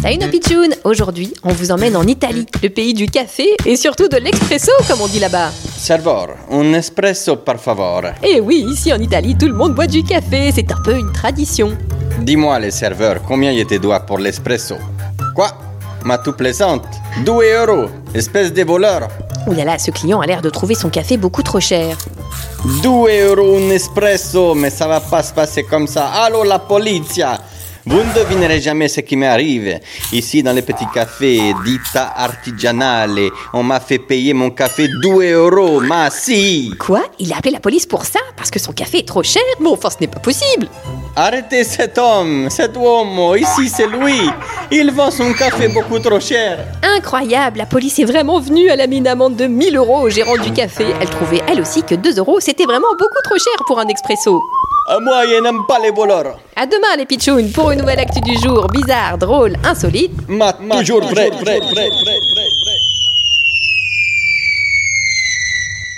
Salut nos pitchounes Aujourd'hui, on vous emmène en Italie, le pays du café et surtout de l'expresso, comme on dit là-bas. Servor, un espresso par favore. Et oui, ici en Italie, tout le monde boit du café, c'est un peu une tradition. Dis-moi, les serveurs, combien il te doit pour l'espresso Quoi Ma tout plaisante 2 euros, espèce de voleur Ouh là là, ce client a l'air de trouver son café beaucoup trop cher. 2 euros un espresso, mais ça va pas se passer comme ça. Allô la polizia Vous ne devinerez jamais ce qui m'arrive. Ici, dans les petits cafés dita artigianale, on m'a fait payer mon café 2 euros, ma si Quoi Il a appelé la police pour ça Parce que son café est trop cher Mais enfin, ce n'est pas possible Arrêtez cet homme, cet homme, ici c'est lui Il vend son café beaucoup trop cher Incroyable La police est vraiment venue. Elle a mis une amende de 1000 euros au gérant du café. Elle trouvait, elle aussi, que 2 euros, c'était vraiment beaucoup trop cher pour un expresso. À Moi, je n'aime pas les voleurs À demain, les pitchounes, pour une nouvelle actu du jour. Bizarre, drôle, insolite. Ma toujours vrai, vrai, vrai, vrai, vrai.